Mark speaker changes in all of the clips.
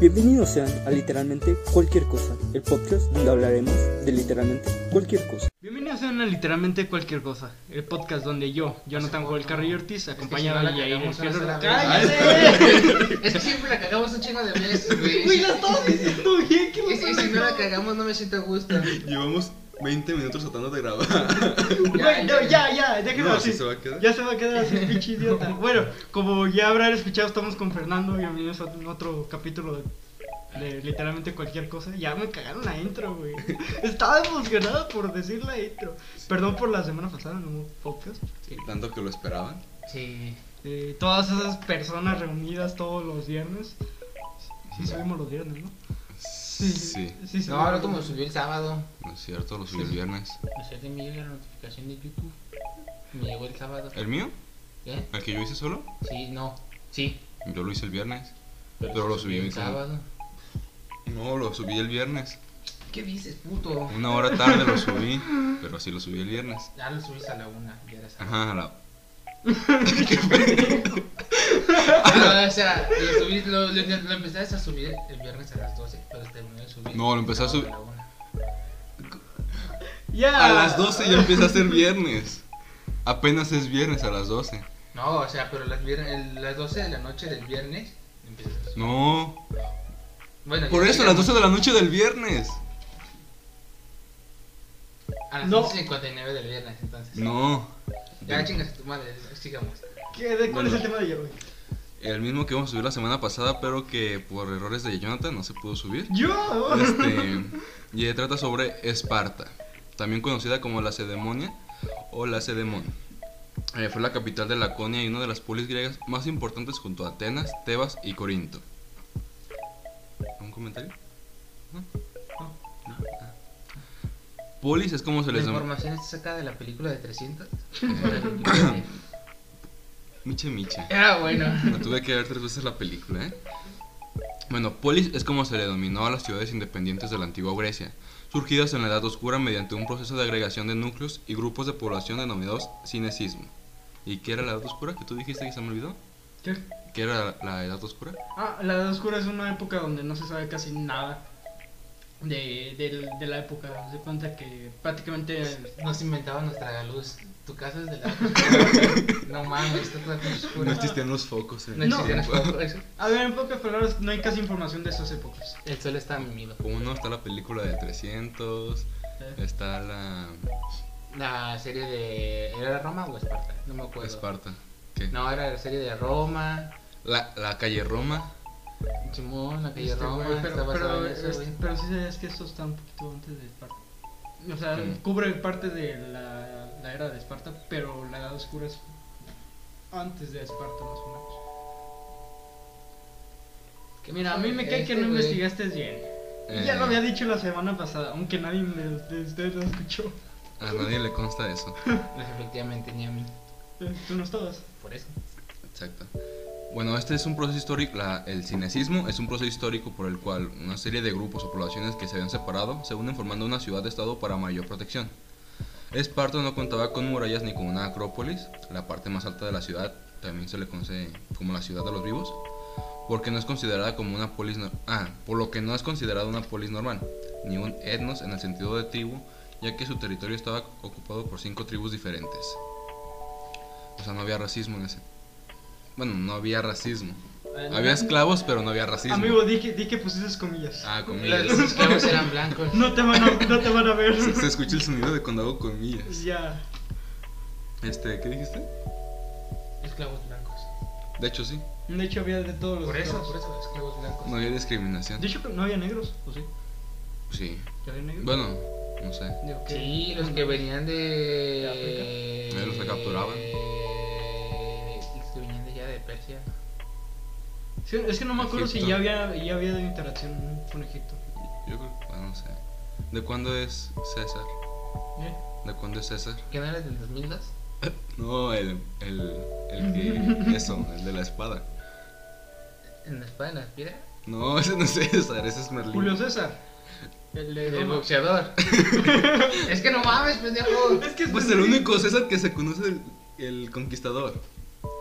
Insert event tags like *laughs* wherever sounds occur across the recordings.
Speaker 1: Bienvenidos sean a literalmente cualquier cosa, el podcast donde hablaremos de literalmente cualquier cosa.
Speaker 2: Bienvenidos sean a literalmente cualquier cosa, el podcast donde yo, Jonathan Joel Carrillo Ortiz, acompañado
Speaker 3: si no la
Speaker 2: de Yair
Speaker 3: cagamos,
Speaker 2: Esquerro
Speaker 3: no se la
Speaker 2: Roca-
Speaker 3: ¡Cállate! Es que siempre la cagamos un chingo de veces, *laughs* güey.
Speaker 2: Güey, la estamos diciendo bien, ¿qué
Speaker 3: Y si- y si no la cagamos, no me siento a gusto.
Speaker 4: Llevamos 20 minutos tratando de grabar.
Speaker 2: Güey, no, ya, ya, déjenlo
Speaker 4: No,
Speaker 2: así.
Speaker 4: así se va a quedar.
Speaker 2: Ya se va a quedar así, pinche idiota. Bueno, como ya habrán escuchado, estamos con Fernando, bienvenidos a otro capítulo de, de literalmente cualquier cosa. Ya me cagaron la intro, güey. *laughs* Estaba emocionado por decir la intro. Perdón por la semana pasada, no hubo podcast. Sí.
Speaker 4: Tanto que lo esperaban.
Speaker 3: Sí.
Speaker 2: Eh, todas esas personas reunidas todos los viernes. Sí, subimos los viernes, ¿no? Sí.
Speaker 4: Sí.
Speaker 2: sí, sí,
Speaker 3: No, ahora como subió el sábado.
Speaker 4: No es cierto, lo subí
Speaker 2: Sí.
Speaker 4: el viernes.
Speaker 3: O sea, que me llega la notificación de YouTube. Me llegó el sábado.
Speaker 4: ¿El mío?
Speaker 3: ¿Eh?
Speaker 4: ¿El que yo hice solo?
Speaker 3: Sí, no. Sí.
Speaker 4: Yo lo hice el viernes. Pero lo
Speaker 3: se
Speaker 4: subí
Speaker 3: el
Speaker 4: mi como-
Speaker 3: sábado.
Speaker 4: No, lo subí el viernes.
Speaker 3: ¿Qué dices, puto?
Speaker 4: Una hora tarde lo subí, pero sí lo subí el viernes.
Speaker 3: Ya lo subiste a la una. Ya era sábado.
Speaker 4: Ajá, a la...
Speaker 3: Ah, o sea, lo, subí, lo, lo, lo empezaste a subir el viernes a las 12, pero terminé de subir.
Speaker 4: No, lo empecé a
Speaker 3: el sábado
Speaker 4: subir-
Speaker 3: la una.
Speaker 2: Ya.
Speaker 4: A las 12 ya empieza a ser viernes. Apenas es viernes a las 12.
Speaker 3: No, o sea, pero las, vier- el- las 12 de la noche del viernes empiezas a subir.
Speaker 4: No.
Speaker 3: Bueno,
Speaker 4: Por
Speaker 3: ya
Speaker 4: eso, a las
Speaker 3: llegamos
Speaker 4: 12 de la noche del viernes.
Speaker 3: A las
Speaker 2: No.
Speaker 3: 11.59 del viernes, entonces.
Speaker 4: No.
Speaker 3: Ya chingas a tu madre, sigamos.
Speaker 2: ¿Qué, de, ¿Cuál
Speaker 4: Bueno.
Speaker 2: es el tema de hoy?
Speaker 4: El mismo que vamos a subir la semana pasada, pero que por errores de Jonathan no se pudo subir.
Speaker 2: Yo.
Speaker 4: Este, y trata sobre Esparta, también conocida como la Sedemonia o la Sedemón. Eh, fue la capital de Laconia y una de las polis griegas más importantes junto a Atenas, Tebas y Corinto. ¿Un comentario? ¿No?
Speaker 2: No.
Speaker 4: No. Ah. Polis es como se
Speaker 3: La
Speaker 4: les llama.
Speaker 3: información está sacada de la película de 300.
Speaker 4: Miche Miche.
Speaker 3: *laughs* Ah, bueno.
Speaker 4: La tuve que ver tres veces la película, ¿eh? Bueno, polis es como se le denominó a las ciudades independientes de la antigua Grecia, surgidas en la Edad Oscura mediante un proceso de agregación de núcleos y grupos de población denominados cinecismo. ¿Y qué era la Edad Oscura? ¿Que tú dijiste que se me olvidó?
Speaker 2: ¿Qué?
Speaker 4: ¿Qué era la Edad Oscura?
Speaker 2: Ah, la Edad Oscura es una época donde no se sabe casi nada de, de, de la época. Se cuenta que prácticamente.
Speaker 3: Nos inventaban nuestra luz. Tu casa es de la. no mames, está toda oscura.
Speaker 4: No existían los focos.
Speaker 3: No existían los focos.
Speaker 2: A ver, en pocas palabras, no hay casi información de esas épocas.
Speaker 3: El sol está mimido.
Speaker 4: Como no, está la película de 300,
Speaker 2: Eh,
Speaker 4: está la
Speaker 3: La serie de. ¿Era Roma o Esparta? No me acuerdo.
Speaker 4: Esparta. ¿Qué?
Speaker 3: No, era la serie de Roma.
Speaker 4: La, la calle Roma.
Speaker 3: Simón, la calle
Speaker 2: este,
Speaker 3: Roma.
Speaker 2: güey, pero,
Speaker 3: está basada
Speaker 2: pero,
Speaker 3: en eso,
Speaker 2: este,
Speaker 3: güey.
Speaker 2: pero sí sabías que esto está un poquito antes de Esparta. O sea,
Speaker 4: Mm.
Speaker 2: cubre parte de la, la era de Esparta, pero la Edad Oscura es antes de Esparta, más o menos.
Speaker 3: ¿Qué
Speaker 2: Mira, a
Speaker 3: pasa,
Speaker 2: mí me cae que
Speaker 3: este,
Speaker 2: no
Speaker 3: güey?
Speaker 2: investigaste bien. Y Ya
Speaker 4: Eh,
Speaker 2: lo había dicho la semana pasada, aunque nadie de, de ustedes lo escuchó.
Speaker 4: A nadie le consta eso.
Speaker 3: Pues efectivamente, ni a mí.
Speaker 2: Eh, Tú no estabas. *laughs*
Speaker 3: Por eso.
Speaker 4: Exacto. Bueno, este es un proceso histórico, la- el cinecismo es un proceso histórico por el cual una serie de grupos o poblaciones que se habían separado se unen formando una ciudad-estado para mayor protección. Esparta no contaba con murallas ni con una acrópolis, la parte más alta de la ciudad también se le conoce como la ciudad de los vivos, porque no es considerada como una polis nor- ah, por lo que no es considerada una polis normal, ni un etnos en el sentido de tribu, ya que su territorio estaba ocupado por cinco tribus diferentes. O sea, no había racismo en ese bueno, no había racismo. Había esclavos, pero no había racismo.
Speaker 2: Amigo, di que, di que pusiste comillas.
Speaker 4: Ah, comillas.
Speaker 3: Los
Speaker 2: *laughs*
Speaker 3: esclavos eran blancos.
Speaker 2: No te van a, no te van a ver.
Speaker 4: *laughs* Se, se escucha el sonido de cuando hago
Speaker 2: *laughs*
Speaker 4: comillas.
Speaker 2: ya.
Speaker 4: Este, ¿qué dijiste?
Speaker 3: Esclavos blancos.
Speaker 4: De hecho, sí.
Speaker 2: De hecho, había de todos los.
Speaker 3: Por eso,
Speaker 2: esclavos.
Speaker 3: por eso, esclavos blancos.
Speaker 4: No había discriminación.
Speaker 2: De hecho, no había negros, ¿o sí?
Speaker 4: Sí.
Speaker 2: ¿Ya había negros?
Speaker 4: Bueno, no sé.
Speaker 2: Digo, que-
Speaker 3: Sí, los que venían de.
Speaker 4: ¿De África? Ellos se capturaban.
Speaker 3: Los que venían de allá de Persia.
Speaker 2: Sí, es que no me acuerdo si
Speaker 4: Egipto.
Speaker 2: ya había, ya había interacción con Egipto.
Speaker 4: Yo creo que, bueno, no sé. ¿De cuándo es César?
Speaker 2: ¿Eh?
Speaker 4: ¿De cuándo es César?
Speaker 3: ¿Qué no eres del 2002?
Speaker 4: No, el, el, el
Speaker 2: *laughs*
Speaker 4: que. Eso, el de la espada.
Speaker 3: ¿En la espada, en la espira?
Speaker 4: No, *laughs* ese no es César, ese es Merlín.
Speaker 2: Julio César. El de
Speaker 3: El
Speaker 2: Roma. *laughs* Oh,
Speaker 3: boxeador. es que no mames, pendejo.
Speaker 2: Es que es
Speaker 4: Pues el único César que se conoce el, el conquistador.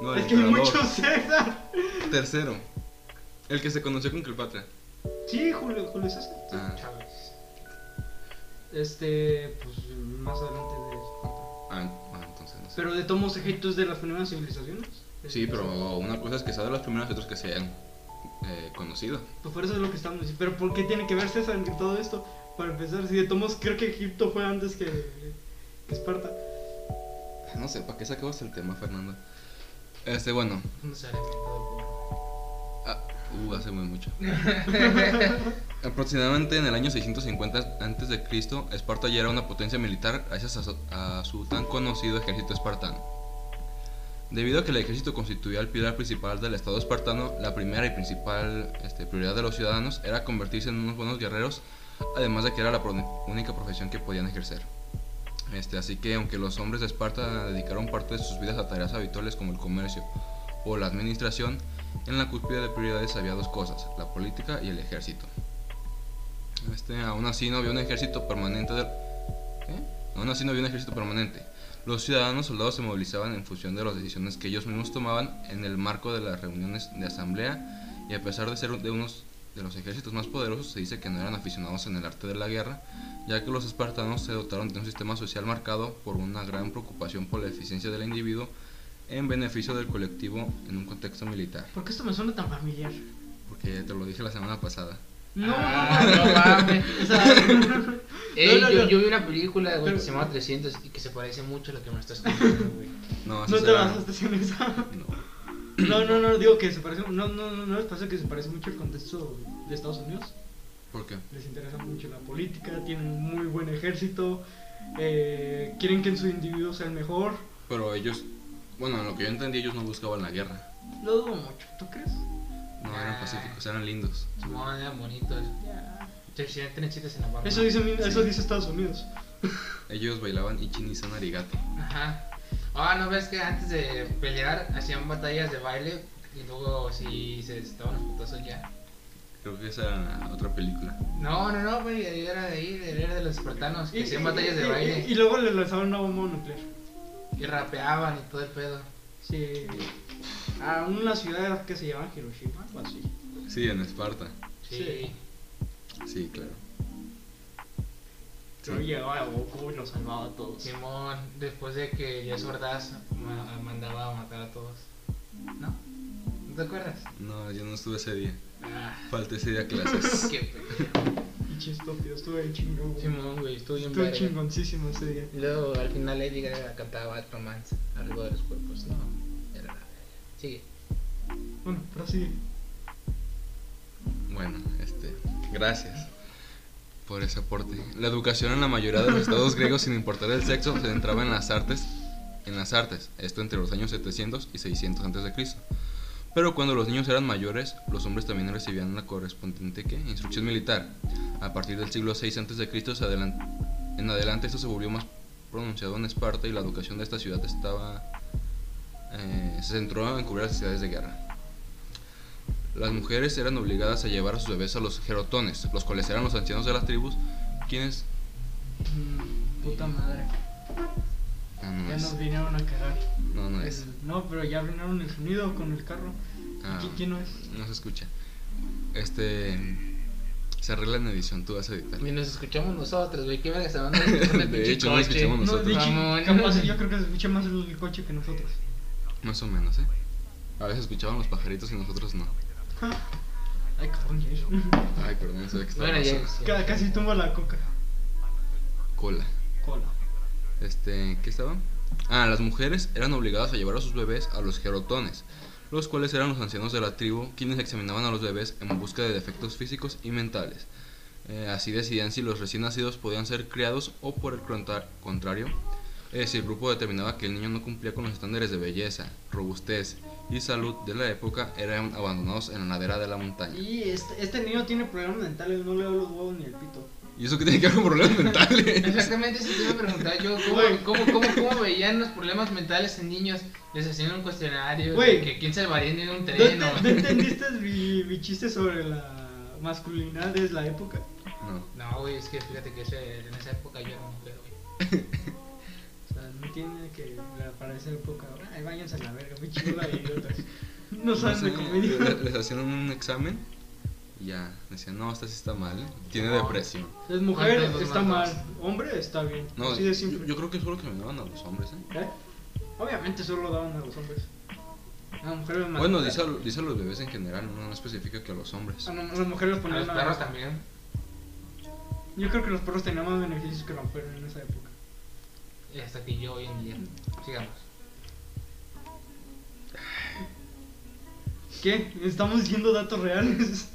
Speaker 4: No, el
Speaker 2: Es que hay
Speaker 4: emperador.
Speaker 2: muchos César.
Speaker 4: Tercero, el que se conoció con Cleopatra.
Speaker 2: Sí, Julio, Julio César. sí.
Speaker 4: Ah.
Speaker 2: Chávez. Este, pues más adelante de
Speaker 4: Ah, ah, entonces no sé.
Speaker 2: Pero de todos Egipto es de las primeras civilizaciones. Este,
Speaker 4: Sí, pero una cosa es que sea de las primeras y otra es que se hayan eh, conocido.
Speaker 2: Pues por eso es lo que estamos diciendo. Pero ¿por qué tiene que ver César en todo esto? Para empezar, si de tomos creo que Egipto fue antes que, que Esparta.
Speaker 4: No sé, ¿para qué sacabas el tema, Fernando? Este, bueno,
Speaker 3: No se había inventado
Speaker 4: ah, uh, hace muy mucho. *laughs* Aproximadamente en el año 650 a.C., Esparta ya era una potencia militar gracias a su, a su tan conocido ejército espartano. Debido a que el ejército constituía el pilar principal del Estado espartano, la primera y principal este, prioridad de los ciudadanos era convertirse en unos buenos guerreros, además de que era la pro- única profesión que podían ejercer. Este, así que aunque los hombres de Esparta dedicaron parte de sus vidas a tareas habituales como el comercio o la administración, en la cúspide de prioridades había dos cosas, la política y el ejército. Este, aún así no había un ejército permanente del- ¿Qué? Aún así no había un ejército permanente. Los ciudadanos soldados se movilizaban en función de las decisiones que ellos mismos tomaban en el marco de las reuniones de asamblea y a pesar de ser de unos de los ejércitos más poderosos se dice que no eran aficionados en el arte de la guerra, ya que los espartanos se dotaron de un sistema social marcado por una gran preocupación por la eficiencia del individuo en beneficio del colectivo en un contexto militar,
Speaker 2: ¿Por qué esto me suena tan familiar?
Speaker 4: porque te lo dije la semana pasada.
Speaker 2: No,
Speaker 3: Ah,
Speaker 2: no, no.
Speaker 3: no mames.
Speaker 2: O *laughs* sea,
Speaker 3: Ey,
Speaker 2: no, no,
Speaker 3: yo,
Speaker 2: no.
Speaker 3: yo vi una película, güey, que
Speaker 2: Pero-
Speaker 3: se llama 300 y que se parece mucho a lo que
Speaker 2: *laughs*
Speaker 3: me estás contando, güey.
Speaker 4: No, eso
Speaker 2: no te
Speaker 4: será-
Speaker 2: vas a estacionar esa.
Speaker 4: No.
Speaker 2: *clears throat* No, no, no, digo que se parece. No, no, no, no les pasa que se parece mucho el contexto de Estados Unidos.
Speaker 4: ¿Por qué?
Speaker 2: les interesa mucho la política, tienen un muy buen ejército, eh, quieren que en su individuo sea el mejor.
Speaker 4: Pero ellos, bueno, en lo que yo entendí, ellos no buscaban la guerra.
Speaker 2: Lo dudo mucho, ¿tú crees?
Speaker 4: No, eran
Speaker 3: Ah.
Speaker 4: pacíficos, eran lindos.
Speaker 3: Simón, eran bonitos. Se hacían trencitas en la barba.
Speaker 2: Eso dice, mi- eso dice Estados Unidos.
Speaker 4: Ellos bailaban Ichinisan Arigato.
Speaker 3: Ajá. Ah, ¿no ves que antes de pelear hacían batallas de baile? Y luego si se estaban los putazos ya.
Speaker 4: Creo que esa era otra película.
Speaker 3: No, no, no, güey, era de ahí, era de los espartanos, que hacían batallas de
Speaker 2: y-
Speaker 3: baile.
Speaker 2: y- y luego le lanzaron una bomba nuclear.
Speaker 3: Y rapeaban y todo el pedo.
Speaker 2: Sí. A una ciudad que se llama Hiroshima, o así.
Speaker 4: Sí, en Esparta.
Speaker 3: Sí.
Speaker 2: Sí.
Speaker 4: Sí, claro.
Speaker 2: Pero llegaba a Goku y los salvaba a todos.
Speaker 3: Simón, después de que ya Ordaz ma- mandaba a matar a todos. ¿No? ¿No te acuerdas?
Speaker 4: No, yo no estuve ese día.
Speaker 3: Ah, *laughs*
Speaker 4: Falté ese día a clases.
Speaker 3: qué pedo.
Speaker 2: Pinche estúpido, estuve bien chingón. güey.
Speaker 3: Simón, güey, estuvo bien
Speaker 2: Estuve
Speaker 3: verga.
Speaker 2: chingoncísimo ese día.
Speaker 3: Y Luego al final Lady Gaga cantaba Batman arriba de los cuerpos. No, era la verga. Sigue.
Speaker 2: Bueno, pero sí.
Speaker 4: Bueno, este, gracias por ese aporte. La educación en la mayoría de los estados griegos, sin importar el sexo, se centraba en las artes, en las artes. Esto entre los años 700 y 600 antes de Cristo. Pero cuando los niños eran mayores, los hombres también recibían la correspondiente ¿qué? instrucción militar. A partir del siglo 6 antes de Cristo se adelan- en adelante esto se volvió más pronunciado en Esparta y la educación de esta ciudad estaba eh, se centró en cubrir las necesidades de guerra. Las mujeres eran obligadas a llevar a sus bebés a los gerotones, los cuales eran los ancianos de las tribus, quienes...
Speaker 2: Mm, Puta madre.
Speaker 4: Ah, no
Speaker 2: Ya
Speaker 4: es.
Speaker 2: nos vinieron a cagar.
Speaker 4: No, no es.
Speaker 2: El- No, pero ya arruinaron el sonido con el carro.
Speaker 4: Ah,
Speaker 2: ¿Qui- ¿Quién no es?
Speaker 4: no se escucha. Este... Se arregla en edición, tú vas a editar.
Speaker 3: Y nos escuchamos nosotros, güey. ¿Qué verga se van a
Speaker 4: *laughs*
Speaker 3: escuchar el
Speaker 4: De
Speaker 3: pinche
Speaker 4: hecho, no nos
Speaker 3: coche?
Speaker 4: escuchamos
Speaker 2: No,
Speaker 4: nosotros.
Speaker 2: de hecho,
Speaker 3: Ramón.
Speaker 2: capaz, yo creo que se escucha más el coche que nosotros.
Speaker 4: Más o menos, ¿eh? A veces escuchaban los pajaritos y nosotros no.
Speaker 2: Ah. Ay, cabrón, ya eso.
Speaker 4: Ay, perdón, se ve que estaba
Speaker 3: Bueno, ya.
Speaker 4: pasando.
Speaker 2: Ca- Casi tumba la coca.
Speaker 4: Cola.
Speaker 2: Cola.
Speaker 4: Este, ¿qué estaba? Ah, las mujeres eran obligadas a llevar a sus bebés a los gerotones, los cuales eran los ancianos de la tribu quienes examinaban a los bebés en busca de defectos físicos y mentales. Eh, así decidían si los recién nacidos podían ser criados o por el contra- contrario, eh, si el grupo determinaba que el niño no cumplía con los estándares de belleza, robustez y salud de la época, eran abandonados en la ladera de la montaña.
Speaker 2: Y este, este niño tiene problemas mentales, no le veo los huevos ni el pito.
Speaker 4: ¿Y eso que tiene que ver con problemas mentales?
Speaker 3: Exactamente, eso te iba a preguntar yo.
Speaker 2: Güey.
Speaker 3: ¿Cómo, cómo, cómo, cómo veían los problemas mentales en niños? Les hacían un cuestionario.
Speaker 2: Güey.
Speaker 3: Que quién salvaría en un
Speaker 2: ¿No,
Speaker 3: tren.
Speaker 2: ent-
Speaker 3: o-
Speaker 2: no entendiste mi, mi chiste sobre la masculinidad de la época?
Speaker 4: No.
Speaker 3: *laughs* *laughs* No, güey, es que fíjate que ese- en esa época yo era mujer, güey.
Speaker 2: O sea, no tiene que para esa época. Ay, váyanse a la verga, pinche bola de idiotas. No
Speaker 4: No
Speaker 2: saben de
Speaker 4: sé,
Speaker 2: comedia.
Speaker 4: le- Les hacían un examen Y ya decían, no, esta sí está mal, ¿eh? tiene
Speaker 3: No.
Speaker 4: depresión.
Speaker 2: Es mujer,
Speaker 3: Antes los
Speaker 2: está
Speaker 3: mandados.
Speaker 2: mal. Hombre, está bien.
Speaker 4: No,
Speaker 2: Así de
Speaker 4: yo,
Speaker 2: simple.
Speaker 4: yo creo que es lo que me daban a los hombres, ¿eh?
Speaker 2: ¿Eh? Obviamente solo lo daban a los hombres. A las mujeres más-
Speaker 4: Bueno, dice a, lo- dice a los bebés en general, no, no especifica que a los hombres.
Speaker 2: A no- a las mujeres los
Speaker 3: A los
Speaker 2: ponían
Speaker 3: perros
Speaker 2: a...
Speaker 3: también.
Speaker 2: Yo creo que los perros tenían más beneficios que las mujeres en esa época.
Speaker 3: Y hasta que yo hoy en día. Sigamos.
Speaker 2: ¿Qué? Estamos diciendo datos reales.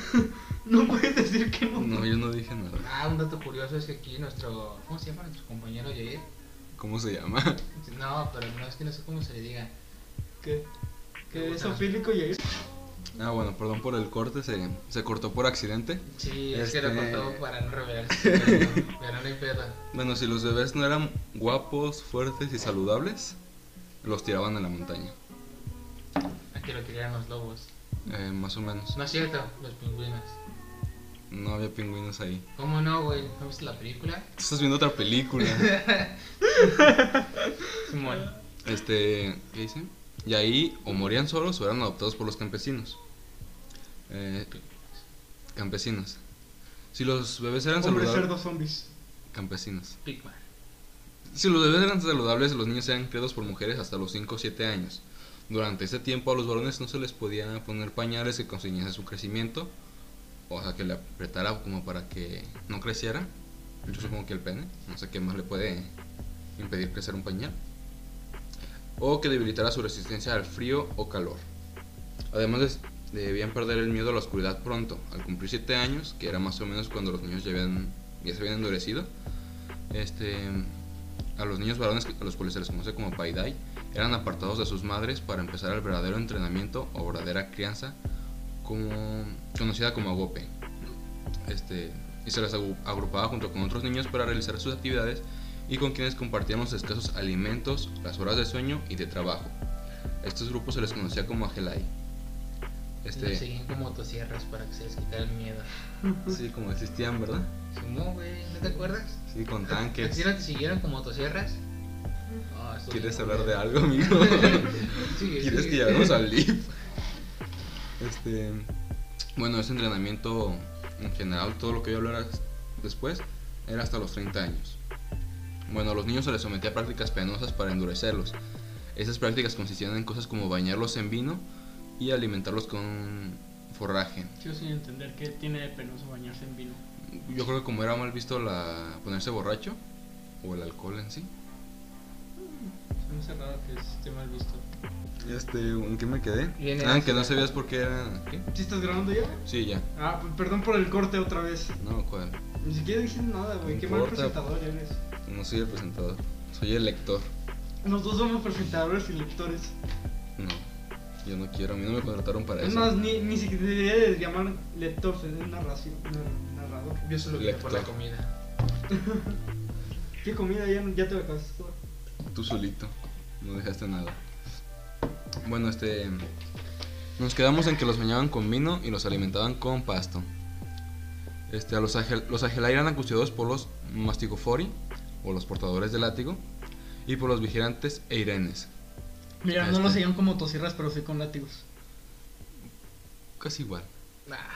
Speaker 2: *laughs* no puedes decir que no.
Speaker 4: No, yo no dije nada.
Speaker 3: Ah, un dato curioso es que aquí nuestro. ¿Cómo se llama nuestro compañero Jair?
Speaker 4: ¿Cómo se llama? *laughs*
Speaker 3: No, pero no es que no sé cómo se le diga.
Speaker 2: ¿Qué?
Speaker 3: Me
Speaker 2: Que es
Speaker 3: gustan las-
Speaker 2: ofílico y ahí.
Speaker 4: Ah, bueno, perdón por el corte, se, se cortó por accidente.
Speaker 3: Sí, es que lo
Speaker 4: Este-
Speaker 3: contó para no revelarse. pero, no, *laughs* pero no hay pedo.
Speaker 4: Bueno, si los bebés no eran guapos, fuertes y saludables, los tiraban a la montaña.
Speaker 3: Aquí lo querían los lobos.
Speaker 4: Eh, más o menos.
Speaker 3: No es cierto, los pingüinos.
Speaker 4: No había pingüinos ahí.
Speaker 3: ¿Cómo no, güey? ¿No viste la película?
Speaker 4: Tú estás viendo otra película.
Speaker 3: Simón.
Speaker 4: Este, ¿qué dice? Y ahí o morían solos o eran adoptados por los campesinos. Eh, campesinos. Si los bebés eran
Speaker 2: Hombres
Speaker 4: saludables...
Speaker 2: cerdos zombies.
Speaker 4: Campesinos.
Speaker 3: Pigman.
Speaker 4: Si los bebés eran saludables, los niños eran criados por mujeres hasta los 5 o 7 años. Durante ese tiempo a los varones no se les podía poner pañales que constreñiesen su crecimiento, o sea, que le apretara como para que no creciera. Yo supongo que el pene, no sé qué más le puede impedir crecer un pañal. O que debilitara su resistencia al frío o calor. Además, des- debían perder el miedo a la oscuridad pronto. Al cumplir 7 años, que era más o menos cuando los niños ya, habían- ya se habían endurecido, este, a los niños varones, a los cuales se les conoce como paidai, eran apartados de sus madres para empezar el verdadero entrenamiento o verdadera crianza, como, conocida como agope. Este, y se les agru- agrupaba junto con otros niños para realizar sus actividades y con quienes compartían los escasos alimentos, las horas de sueño y de trabajo. A estos grupos se les conocía como agelai.
Speaker 3: Este...
Speaker 4: Este,
Speaker 3: Los seguían con motosierras para que se les quitara el miedo.
Speaker 4: sí, como existían, ¿verdad?
Speaker 3: Simón, güey, ¿no te acuerdas?
Speaker 4: Sí, con
Speaker 3: ¿Que
Speaker 4: tanques.
Speaker 3: si no te siguieron con motosierras? Ah, estuvo
Speaker 4: ¿Quieres
Speaker 3: bien.
Speaker 4: hablar de
Speaker 3: *laughs*
Speaker 4: algo, amigo?
Speaker 3: Sigue,
Speaker 4: ¿Quieres
Speaker 3: sigue.
Speaker 4: que lleguemos al LIF? Este. Bueno, ese entrenamiento en general, todo lo que yo hablara después, era hasta los 30 años. Bueno, a los niños se les sometía a prácticas penosas para endurecerlos. Esas prácticas consistían en cosas como bañarlos en vino y alimentarlos con forraje.
Speaker 2: Yo sin entender que tiene de penoso bañarse en vino.
Speaker 4: Yo creo que como era mal visto la ponerse borracho o el alcohol en sí.
Speaker 2: Se me hace raro que esté mal visto.
Speaker 4: Este, ¿en qué me quedé?
Speaker 3: Viene
Speaker 4: Ah, en
Speaker 3: así.
Speaker 4: que no sabías por qué era. ¿Qué?
Speaker 2: ¿Sí estás grabando ya?
Speaker 4: Sí, ya.
Speaker 2: Ah, pues perdón por el corte otra vez.
Speaker 4: No, cuál.
Speaker 2: Ni siquiera dije nada, güey.
Speaker 4: No
Speaker 2: Qué mal
Speaker 4: importa.
Speaker 2: presentador eres.
Speaker 4: No soy el presentador, soy el lector.
Speaker 2: Los dos somos presentadores y lectores.
Speaker 4: No, yo no quiero, a mí no me contrataron para
Speaker 2: Es
Speaker 4: eso.
Speaker 2: más, ni, ni siquiera debes llamar lector, es narración, nar- narrador.
Speaker 3: Yo solo vine por la
Speaker 4: Lector.
Speaker 3: comida.
Speaker 2: ¿Qué comida? Ya, ya te lo acabaste todo.
Speaker 4: Tú solito, no dejaste nada. Bueno, este. Nos quedamos en que los bañaban con vino y los alimentaban con pasto. Este, a los, agel, los agelai eran acusados por los mastigofori, o los portadores de látigo, y por los vigilantes e irenes.
Speaker 2: Mira,
Speaker 4: Este.
Speaker 2: no lo seguían con motosierras, pero sí con látigos.
Speaker 4: Casi igual.
Speaker 3: Ah,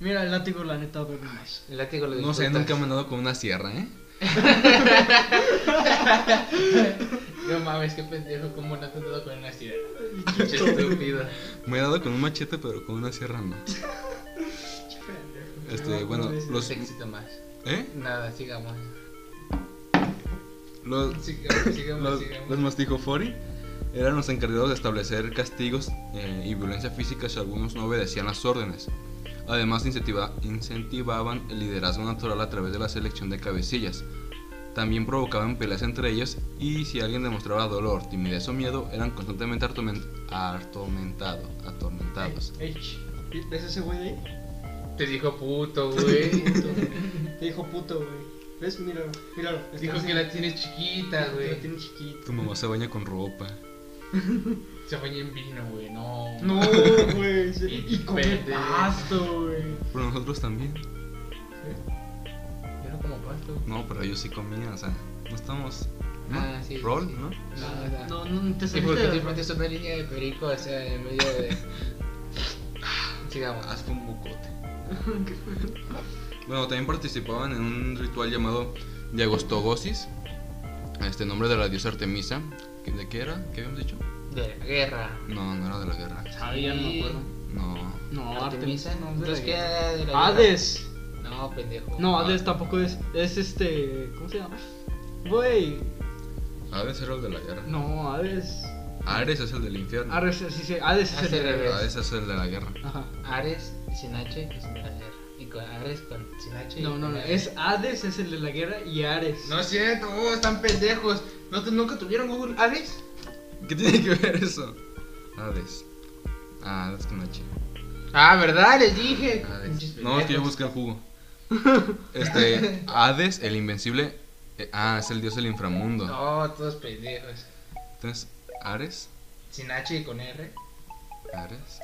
Speaker 2: Mira, el látigo, la neta, bebe más.
Speaker 3: el látigo lo
Speaker 4: No sé,
Speaker 3: disfrutas.
Speaker 4: nunca me han dado con una sierra, ¿eh?
Speaker 3: No mames, qué pendejo, cómo no te han dado con una sierra. *laughs* Qué
Speaker 2: Chiquito.
Speaker 3: estúpido.
Speaker 4: Me he dado con un machete, pero con una sierra no. Este,
Speaker 2: Ah,
Speaker 4: bueno,
Speaker 2: no dices.
Speaker 4: los.
Speaker 3: Te excita más.
Speaker 4: ¿Eh?
Speaker 3: Nada, sigamos.
Speaker 4: Los,
Speaker 3: Sigamos, sigamos,
Speaker 4: los, los
Speaker 3: sigamos.
Speaker 4: mastigofori eran los encargados de establecer castigos eh, y violencia física si algunos no obedecían las órdenes. Además, incentiva- incentivaban el liderazgo natural a través de la selección de cabecillas. También provocaban peleas entre ellos y si alguien demostraba dolor, timidez o miedo, eran constantemente artomen- artomentado- atormentados.
Speaker 2: Ey, ch- ¿Ves ese güey de ahí?
Speaker 3: Te dijo puto, güey.
Speaker 2: Te dijo puto, güey. ¿Ves? Míralo, míralo. Está
Speaker 3: Dijo
Speaker 2: así.
Speaker 3: que la tienes chiquita,
Speaker 2: Que la
Speaker 3: güey.
Speaker 2: tiene chiquita.
Speaker 4: Tu mamá se baña con ropa.
Speaker 3: Se baña en vino, güey, no.
Speaker 2: *laughs* No, güey. se- Y come
Speaker 3: Pendejo.
Speaker 2: pasto, güey.
Speaker 4: Pero nosotros también.
Speaker 3: Yo no como pasto.
Speaker 4: No, pero ellos sí comían, o sea, no estamos. ¿no?
Speaker 3: Ah, sí, sí,
Speaker 4: Rol,
Speaker 3: sí.
Speaker 4: ¿no?
Speaker 3: Nada.
Speaker 2: No, no, te
Speaker 3: ¿Y por qué te
Speaker 2: saliste
Speaker 3: metes una línea de perico, o sea, en medio de. Sigamos.
Speaker 4: Haz un bucote. Bueno, también participaban en un ritual llamado Diagostogosis, este nombre de la diosa Artemisa. ¿Que- ¿De qué era? ¿Qué habíamos dicho?
Speaker 3: De la guerra.
Speaker 4: No, no era de la guerra.
Speaker 2: Ah, ya no me acuerdo.
Speaker 4: No.
Speaker 2: No,
Speaker 3: Artemisa.
Speaker 2: Artemisa, no, hombre.
Speaker 3: Entonces, ¿qué era de la guerra?
Speaker 2: Hades.
Speaker 3: No, pendejo.
Speaker 2: No, Hades tampoco es. Es este. ¿Cómo se llama? Güey.
Speaker 4: Hades era el de la guerra.
Speaker 2: No, Hades.
Speaker 4: Ares es el del infierno.
Speaker 2: Hades, sí, sí, Hades es
Speaker 3: Hace
Speaker 2: el de
Speaker 3: revés.
Speaker 4: Hades es el de la guerra.
Speaker 2: Ajá.
Speaker 3: Ares sin H es de la guerra. Y con Ares con sin H. y
Speaker 2: No,
Speaker 3: con
Speaker 2: no, no.
Speaker 3: R.
Speaker 2: Es Hades es el de la guerra y Ares.
Speaker 3: No es cierto, oh, están pendejos. ¿No te- ¿Nunca tuvieron Google Ares?
Speaker 4: ¿Qué tiene que ver eso? Hades. Ah, Hades con H.
Speaker 3: Ah, ¿verdad? Les dije.
Speaker 4: Hades.
Speaker 3: Pinches
Speaker 4: No, es que yo
Speaker 3: pendejos.
Speaker 4: busqué el jugo. Este, Hades, el invencible. eh, ah, es el dios del inframundo.
Speaker 3: No, todos pendejos.
Speaker 4: Entonces, Ares.
Speaker 3: Sin H y con R.
Speaker 4: Ares.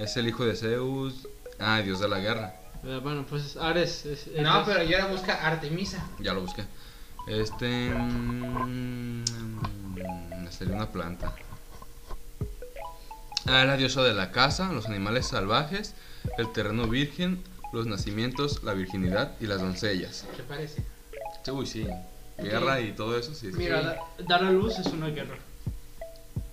Speaker 4: Es el hijo de Zeus. Ah, dios de la guerra.
Speaker 2: Eh, Bueno, pues Ares es. es-
Speaker 3: No,
Speaker 2: es-
Speaker 3: pero yo ahora busca Artemisa.
Speaker 4: Ya lo busqué. Este. mm, sería una planta. Ah, la diosa de la casa, los animales salvajes, el terreno virgen, los nacimientos, la virginidad y las doncellas.
Speaker 3: ¿Qué parece?
Speaker 4: Sí, uy, sí. Guerra y todo eso, sí. sí.
Speaker 2: Mira, da- dar a luz es una guerra.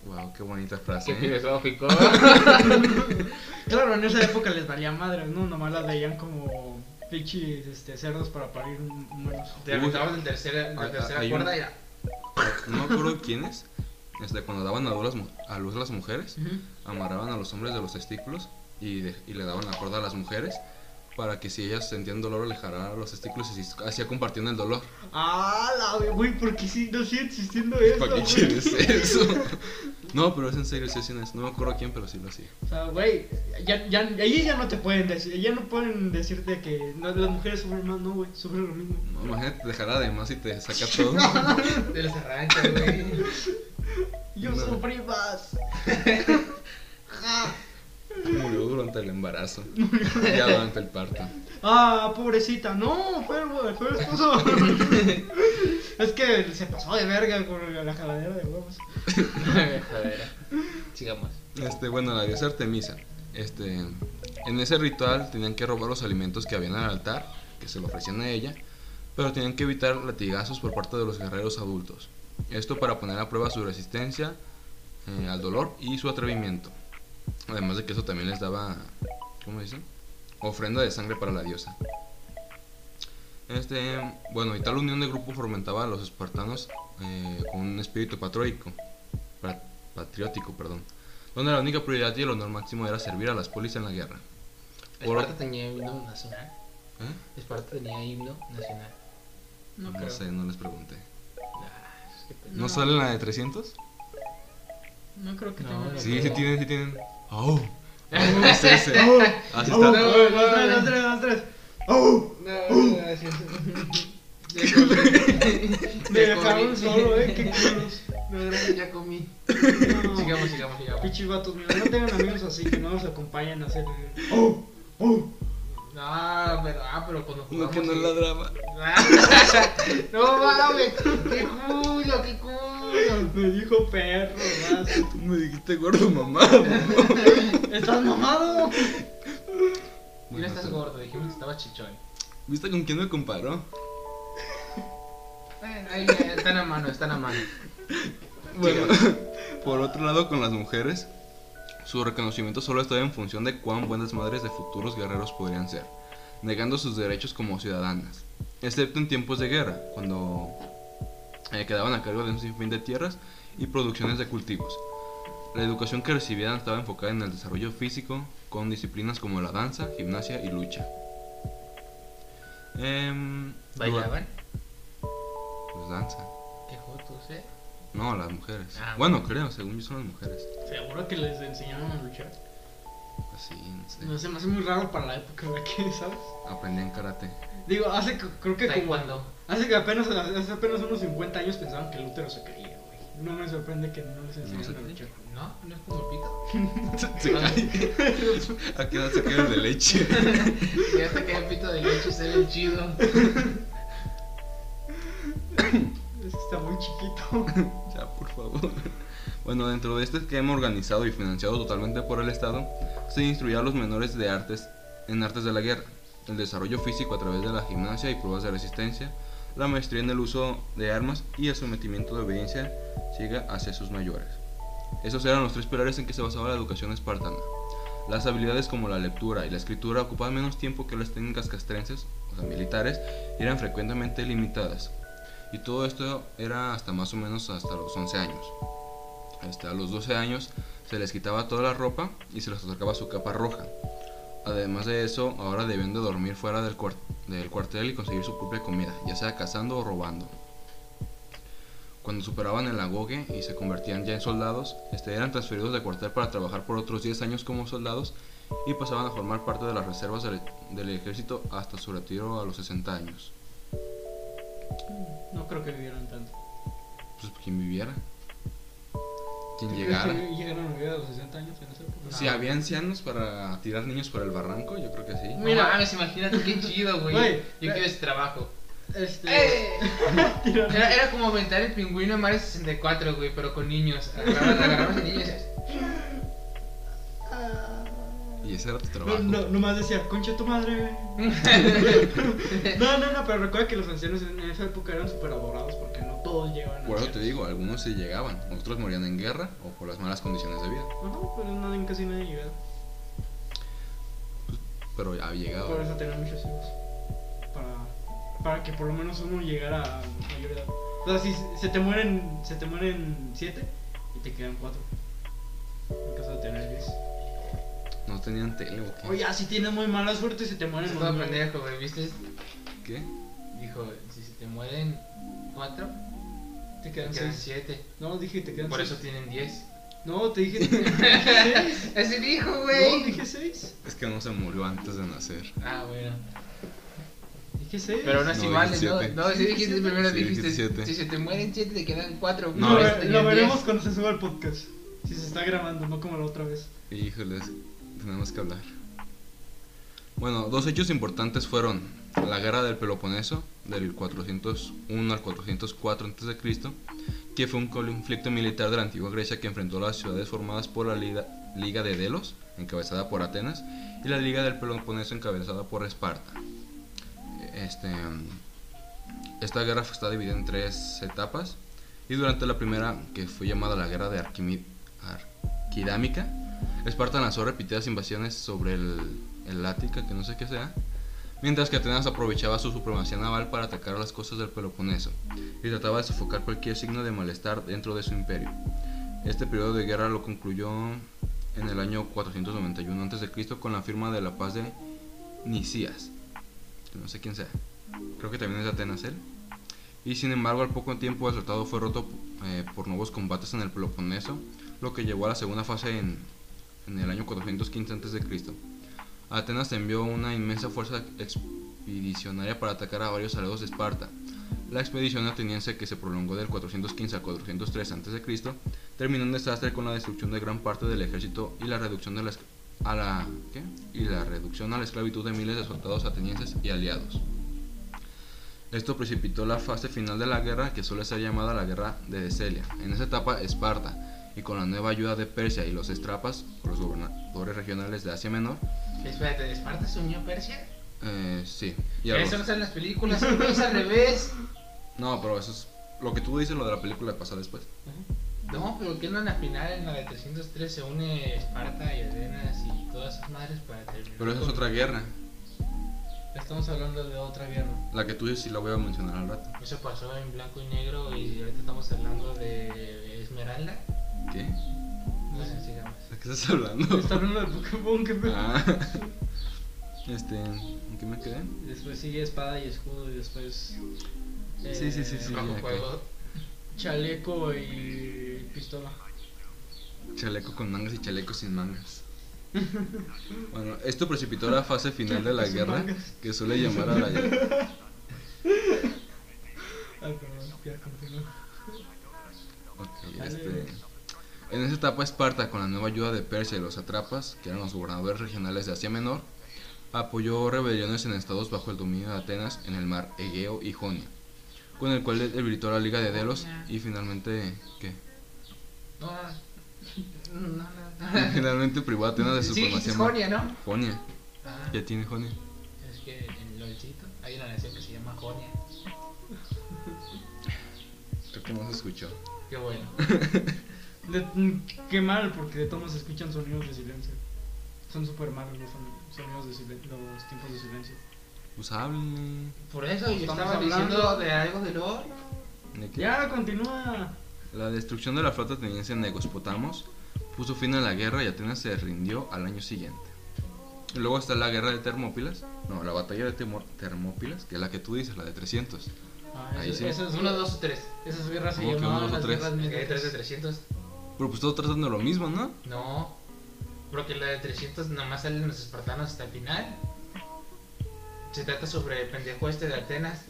Speaker 4: Wow, qué bonita frase.
Speaker 3: Qué
Speaker 4: ¿eh?
Speaker 3: filosófico.
Speaker 2: Claro, en esa época les valía madre, ¿no? Nomás las veían como pinches este, cerdos para parir hum- humanos.
Speaker 3: Te aventamos en tercera,
Speaker 4: Ah, ah,
Speaker 3: la tercera
Speaker 4: hay un-
Speaker 3: cuerda y la-
Speaker 4: No me acuerdo quién es. Este, cuando daban a luz, las mu- a luz las mujeres, amarraban a los hombres de los testículos y, de- y le daban la cuerda a las mujeres para que si ellas sentían dolor le jalaran los testículos y así- así compartían el dolor.
Speaker 2: Ah, la ve- güey, ¿por qué sí, no sigue existiendo eso?
Speaker 4: ¿Para qué
Speaker 2: güey?
Speaker 4: quieres eso? *laughs* No, pero es en serio, sí, sí, no es- no me acuerdo quién, pero sí lo hacía.
Speaker 2: O sea, güey, ya, ya, ahí ya no te pueden decir, ya no pueden decirte que no, las mujeres sufren más, no, güey, sufren lo mismo.
Speaker 4: No, imagínate, te jala de más y te saca todo.
Speaker 3: Te los arranca, güey.
Speaker 2: Yo
Speaker 4: No.
Speaker 2: sufrí más.
Speaker 4: Murió durante el embarazo. Ya durante el parto.
Speaker 2: Ah, pobrecita, no, fue, el- fue el esposo. es que se pasó de verga con la jaladera de huevos.
Speaker 3: Joder. Sigamos.
Speaker 4: Este, bueno, la diosa Artemisa. Este, en ese ritual tenían que robar los alimentos que habían al altar, que se lo ofrecían a ella, pero tenían que evitar latigazos por parte de los guerreros adultos. Esto para poner a prueba su resistencia eh, al dolor y su atrevimiento. Además de que eso también les daba, ¿cómo dicen? Ofrenda de sangre para la diosa. Este, bueno, y tal unión de grupo fomentaba a los espartanos eh, con un espíritu patriótico, pa- patriótico, perdón, donde la única prioridad y el honor máximo era servir a las polis en la guerra. Por-
Speaker 3: Esparta tenía himno nacional.
Speaker 4: ¿Eh?
Speaker 3: Esparta tenía himno nacional.
Speaker 2: No,
Speaker 4: No
Speaker 2: creo.
Speaker 4: sé, no les pregunté.
Speaker 3: Ah, es que pendejo.
Speaker 4: ¿No, sale la de 300?
Speaker 2: No creo que
Speaker 3: No,
Speaker 2: tenga.
Speaker 3: no
Speaker 2: que-
Speaker 4: Sí, sí
Speaker 3: creo.
Speaker 4: tienen, sí tienen. *laughs* ¡Oh! oh es ese. Así
Speaker 2: Oh,
Speaker 4: está.
Speaker 2: eh, los tres, los tres, los tres. Oh,
Speaker 3: No, gracias. Ya comí.
Speaker 2: me
Speaker 3: Ya comí.
Speaker 2: dejaron solo, eh, qué *laughs* culos.
Speaker 3: No, gracias, ya comí.
Speaker 2: No.
Speaker 3: Sigamos, sigamos, sigamos.
Speaker 2: Pichis vatos, mira, no tengan amigos así que no nos acompañen a hacer. eh, Oh, oh.
Speaker 3: No, pero, ah, pero cuando
Speaker 4: No,
Speaker 3: jugamos.
Speaker 4: que no
Speaker 3: sí.
Speaker 4: ladraba.
Speaker 2: Ah,
Speaker 3: no mames, qué culo, qué culo.
Speaker 2: Me dijo perro, vas.
Speaker 4: Tú me dijiste gordo *laughs* mamá.
Speaker 2: ¿Estás mamado?
Speaker 3: Y no estás gordo, dijimos que estabas chichón.
Speaker 4: ¿Viste con quién me comparó?
Speaker 3: Bueno, ahí eh, están a mano, están a mano.
Speaker 4: Bueno, por otro lado, con las mujeres, su reconocimiento solo estaba en función de cuán buenas madres de futuros guerreros podrían ser, negando sus derechos como ciudadanas, excepto en tiempos de guerra, cuando eh, quedaban a cargo de un sinfín de tierras y producciones de cultivos. La educación que recibían estaba enfocada en el desarrollo físico, con disciplinas como la danza, gimnasia y lucha. Em,
Speaker 3: ¿Bailaban?
Speaker 4: Pues danza.
Speaker 3: Qué jotos, eh.
Speaker 4: No, las mujeres.
Speaker 3: Ah,
Speaker 4: bueno, creo, según yo son las mujeres.
Speaker 2: Seguro que les enseñaron a luchar.
Speaker 4: Así, no sé.
Speaker 2: No se me hace muy raro para la época en la que, ¿sabes?
Speaker 4: Aprendían karate.
Speaker 2: Digo, hace que- creo que como.
Speaker 3: Taekwondo.
Speaker 2: Hace que apenas, hace apenas unos 50 años pensaban que el útero se caía, güey. No me sorprende que no les enseñaron
Speaker 4: se
Speaker 2: a luchar.
Speaker 3: No, no es como pito. Ah,
Speaker 4: Se cae. ¿A qué edad se cae el de leche?
Speaker 3: Y hasta que el pito de leche se ve
Speaker 4: *laughs*
Speaker 3: chido.
Speaker 2: Es que está muy chiquito. *laughs*
Speaker 4: ya, por favor. *laughs* Bueno, dentro de este esquema organizado y financiado totalmente por el Estado, se instruía a los menores de artes en artes de la guerra, el desarrollo físico a través de la gimnasia y pruebas de resistencia, la maestría en el uso de armas y el sometimiento de obediencia ciega hacia sus mayores. Esos eran los tres pilares en que se basaba la educación espartana. Las habilidades como la lectura y la escritura ocupaban menos tiempo que las técnicas castrenses, o sea, militares, y eran frecuentemente limitadas. Y todo esto era hasta más o menos hasta los 11 años. Hasta los 12 años se les quitaba toda la ropa y se les otorgaba su capa roja. Además de eso, ahora debían de dormir fuera del, cuar- del cuartel y conseguir su propia comida, ya sea cazando o robando. Cuando superaban el agoge y se convertían ya en soldados, este, eran transferidos de cuartel para trabajar por otros 10 años como soldados y pasaban a formar parte de las reservas del, del ejército hasta su retiro a los 60 años.
Speaker 2: No creo que vivieron tanto.
Speaker 4: Pues quien viviera, quien llegara.
Speaker 2: ¿Crees que *laughs* Llegaron a vivir a los 60 años en esa época.
Speaker 4: Si había ancianos para tirar niños por el barranco, yo creo que sí.
Speaker 3: Mira, mames, imagínate qué chido, güey.
Speaker 2: Güey,
Speaker 3: Yo
Speaker 2: eh.
Speaker 3: quiero ese trabajo.
Speaker 2: Este.
Speaker 3: ¡Eh! Era, era como aventar el pingüino en Mario 64, güey, pero con niños. Agarrabas, agarrabas a niños.
Speaker 4: Y ese era tu
Speaker 2: No,
Speaker 4: trabajo.
Speaker 2: no, nomás decía, concha tu madre.
Speaker 3: "Mm". *laughs*
Speaker 2: *laughs* No, no, no, pero recuerda que los ancianos en esa época eran súper adorados porque no todos llegaban
Speaker 4: Por eso
Speaker 2: ancianos.
Speaker 4: te digo, algunos se llegaban, otros morían en guerra o por las malas condiciones de vida,
Speaker 2: Ajá, pero nadie, casi nadie llegaba.
Speaker 4: pero ya
Speaker 2: Por
Speaker 4: llegaban.
Speaker 2: eso tenían muchos hijos. Para, para que por lo menos uno llegara a mayor edad. O sea, si se te mueren, se te mueren siete y te quedan cuatro. En caso de tener diez.
Speaker 4: No tenían tele o qué.
Speaker 2: Oye, si tienes muy mala suerte, se te mueren
Speaker 3: Es todo
Speaker 2: nueve.
Speaker 3: pendejo, güey, ¿viste?
Speaker 4: ¿Qué?
Speaker 3: Dijo, si se te mueren cuatro,
Speaker 2: Te
Speaker 3: te
Speaker 2: quedan
Speaker 3: quedan
Speaker 2: seis.
Speaker 3: siete.
Speaker 2: No, dije te quedan
Speaker 3: Por
Speaker 2: seis.
Speaker 3: eso tienen diez.
Speaker 2: No, te dije te quedan seis.
Speaker 3: Ese dijo,
Speaker 2: No,
Speaker 3: güey.
Speaker 2: dije seis.
Speaker 4: Es que uno se murió antes de nacer.
Speaker 3: Ah, bueno.
Speaker 2: Dije seis.
Speaker 3: Pero aún así
Speaker 4: No,
Speaker 3: vale, ¿no?
Speaker 4: diecisiete.
Speaker 3: No, si dijiste primero,
Speaker 4: Sí,
Speaker 3: dijiste,
Speaker 4: diecisiete.
Speaker 3: si se te mueren siete, te quedan cuatro. este,
Speaker 4: No,
Speaker 2: lo,
Speaker 3: güey,
Speaker 4: este,
Speaker 2: ve-
Speaker 3: tenían
Speaker 2: lo
Speaker 3: diez.
Speaker 2: veremos cuando se suba el podcast. Si se está grabando, no como la otra vez.
Speaker 4: Híjoles, tenemos que hablar. Bueno, dos hechos importantes fueron la guerra del Peloponeso, del 401 al 404 a.C., que fue un conflicto militar de la antigua Grecia que enfrentó las ciudades formadas por la Liga, Liga de Delos, encabezada por Atenas, y la Liga del Peloponeso, encabezada por Esparta. Este, mm, esta guerra está dividida en tres etapas, y durante la primera, que fue llamada la Guerra de Arquimi- Arquidámica, Esparta lanzó repetidas invasiones sobre el, el Ática, que no sé qué sea, mientras que Atenas aprovechaba su supremacía naval para atacar las costas del Peloponeso y trataba de sofocar cualquier signo de malestar dentro de su imperio. Este periodo de guerra lo concluyó en el año 491 a.C. con la firma de la paz de Nicías, que no sé quién sea, creo que también es de Atenas él. Y sin embargo, al poco tiempo el tratado fue roto eh, por nuevos combates en el Peloponeso, lo que llevó a la segunda fase en, en el año 415 a.C. Atenas envió una inmensa fuerza expedicionaria para atacar a varios aliados de Esparta. La expedición ateniense que se prolongó del 415 al 403 a.C. terminó en desastre con la destrucción de gran parte del ejército y la reducción de la esc- a la ¿qué? y la reducción a la esclavitud de miles de soldados atenienses y aliados. Esto precipitó la fase final de la guerra que suele ser llamada la guerra de Celia. En esa etapa, Esparta, y con la nueva ayuda de Persia y los estrapas, o los gobernadores regionales de Asia Menor,
Speaker 3: Espérate, ¿Esparta se unió a Persia?
Speaker 4: eh, sí. y a los-
Speaker 3: Eso no sale en las películas, güey, es al revés.
Speaker 4: No, pero eso es lo que tú dices, lo de la película pasa después.
Speaker 3: No, pero que no en la final, en la de 303, se une Esparta y Atenas y todas esas madres para terminar.
Speaker 4: Pero esa es
Speaker 3: con-
Speaker 4: otra guerra.
Speaker 3: Estamos hablando de otra guerra.
Speaker 4: La que tú dices sí la voy a mencionar al rato.
Speaker 3: Eso pasó en blanco y negro y ahorita estamos hablando de Esmeralda.
Speaker 4: ¿Qué?
Speaker 3: No sé si llamas.
Speaker 4: ¿De qué estás
Speaker 2: *laughs*
Speaker 4: hablando?
Speaker 2: Está hablando de Pokémon, que
Speaker 4: Ah. Este, ¿en qué me quedé?
Speaker 2: Después sigue espada y escudo y después.
Speaker 4: Sí, sí, sí, sí.
Speaker 3: Rojo
Speaker 4: ya,
Speaker 3: Eh, fuego.
Speaker 2: Chaleco y pistola.
Speaker 4: Chaleco con mangas y chaleco sin mangas. Bueno, esto precipitó la fase final de la
Speaker 2: Sin
Speaker 4: guerra,
Speaker 2: mangas.
Speaker 4: que suele
Speaker 2: *laughs*
Speaker 4: llamar a la
Speaker 2: Ay, perdón, ya continúa.
Speaker 4: Ok, este, En esa etapa Esparta, con la nueva ayuda de Persia y los atrapas, que eran los gobernadores regionales de Asia Menor, apoyó rebeliones en estados bajo el dominio de Atenas en el mar Egeo y *laughs* Jonia, con el cual debilitó la Liga de Delos y finalmente... ¿Qué?
Speaker 3: No, no, no. no, no.
Speaker 4: Generalmente privada tiene una de su
Speaker 3: Sí,
Speaker 4: formación.
Speaker 3: es Jonia, ¿no?
Speaker 4: Jonia.
Speaker 3: Ah,
Speaker 4: ¿Qué tiene Jonia?
Speaker 3: es que en Lolcito hay una nación que se llama Jonia.
Speaker 4: Creo que no se escuchó.
Speaker 3: Qué bueno.
Speaker 2: De- qué mal, porque de todos se escuchan sonidos de silencio. Son súper malos los son- sonidos de silencio, los tiempos de silencio.
Speaker 4: Pues háblenme.
Speaker 3: Por eso yo
Speaker 2: Estamos
Speaker 3: estaba
Speaker 2: hablando-
Speaker 3: diciendo de algo de LOL.
Speaker 4: ¿De qué?
Speaker 2: Ya, continúa.
Speaker 4: La destrucción de la flota ateniense en Negospotamos puso fin a la guerra y Atenas se rindió al año siguiente. Y Luego está la guerra de Termópilas, no, la batalla de Temo- Termópilas, que es la que tú dices, la de 300.
Speaker 2: Ah,
Speaker 4: Ahí sí.
Speaker 2: Esas,
Speaker 3: Uno, dos o tres.
Speaker 2: esas guerras se
Speaker 4: Como que
Speaker 2: llamaban
Speaker 4: uno,
Speaker 2: las
Speaker 4: tres.
Speaker 2: guerras
Speaker 3: Que hay tres de
Speaker 2: medievales.
Speaker 3: 300.
Speaker 4: Pero pues todo tratando lo mismo, ¿no?
Speaker 3: No. Porque la de 300 nada más salen los espartanos hasta el final. Se trata sobre el pendejo este de Atenas.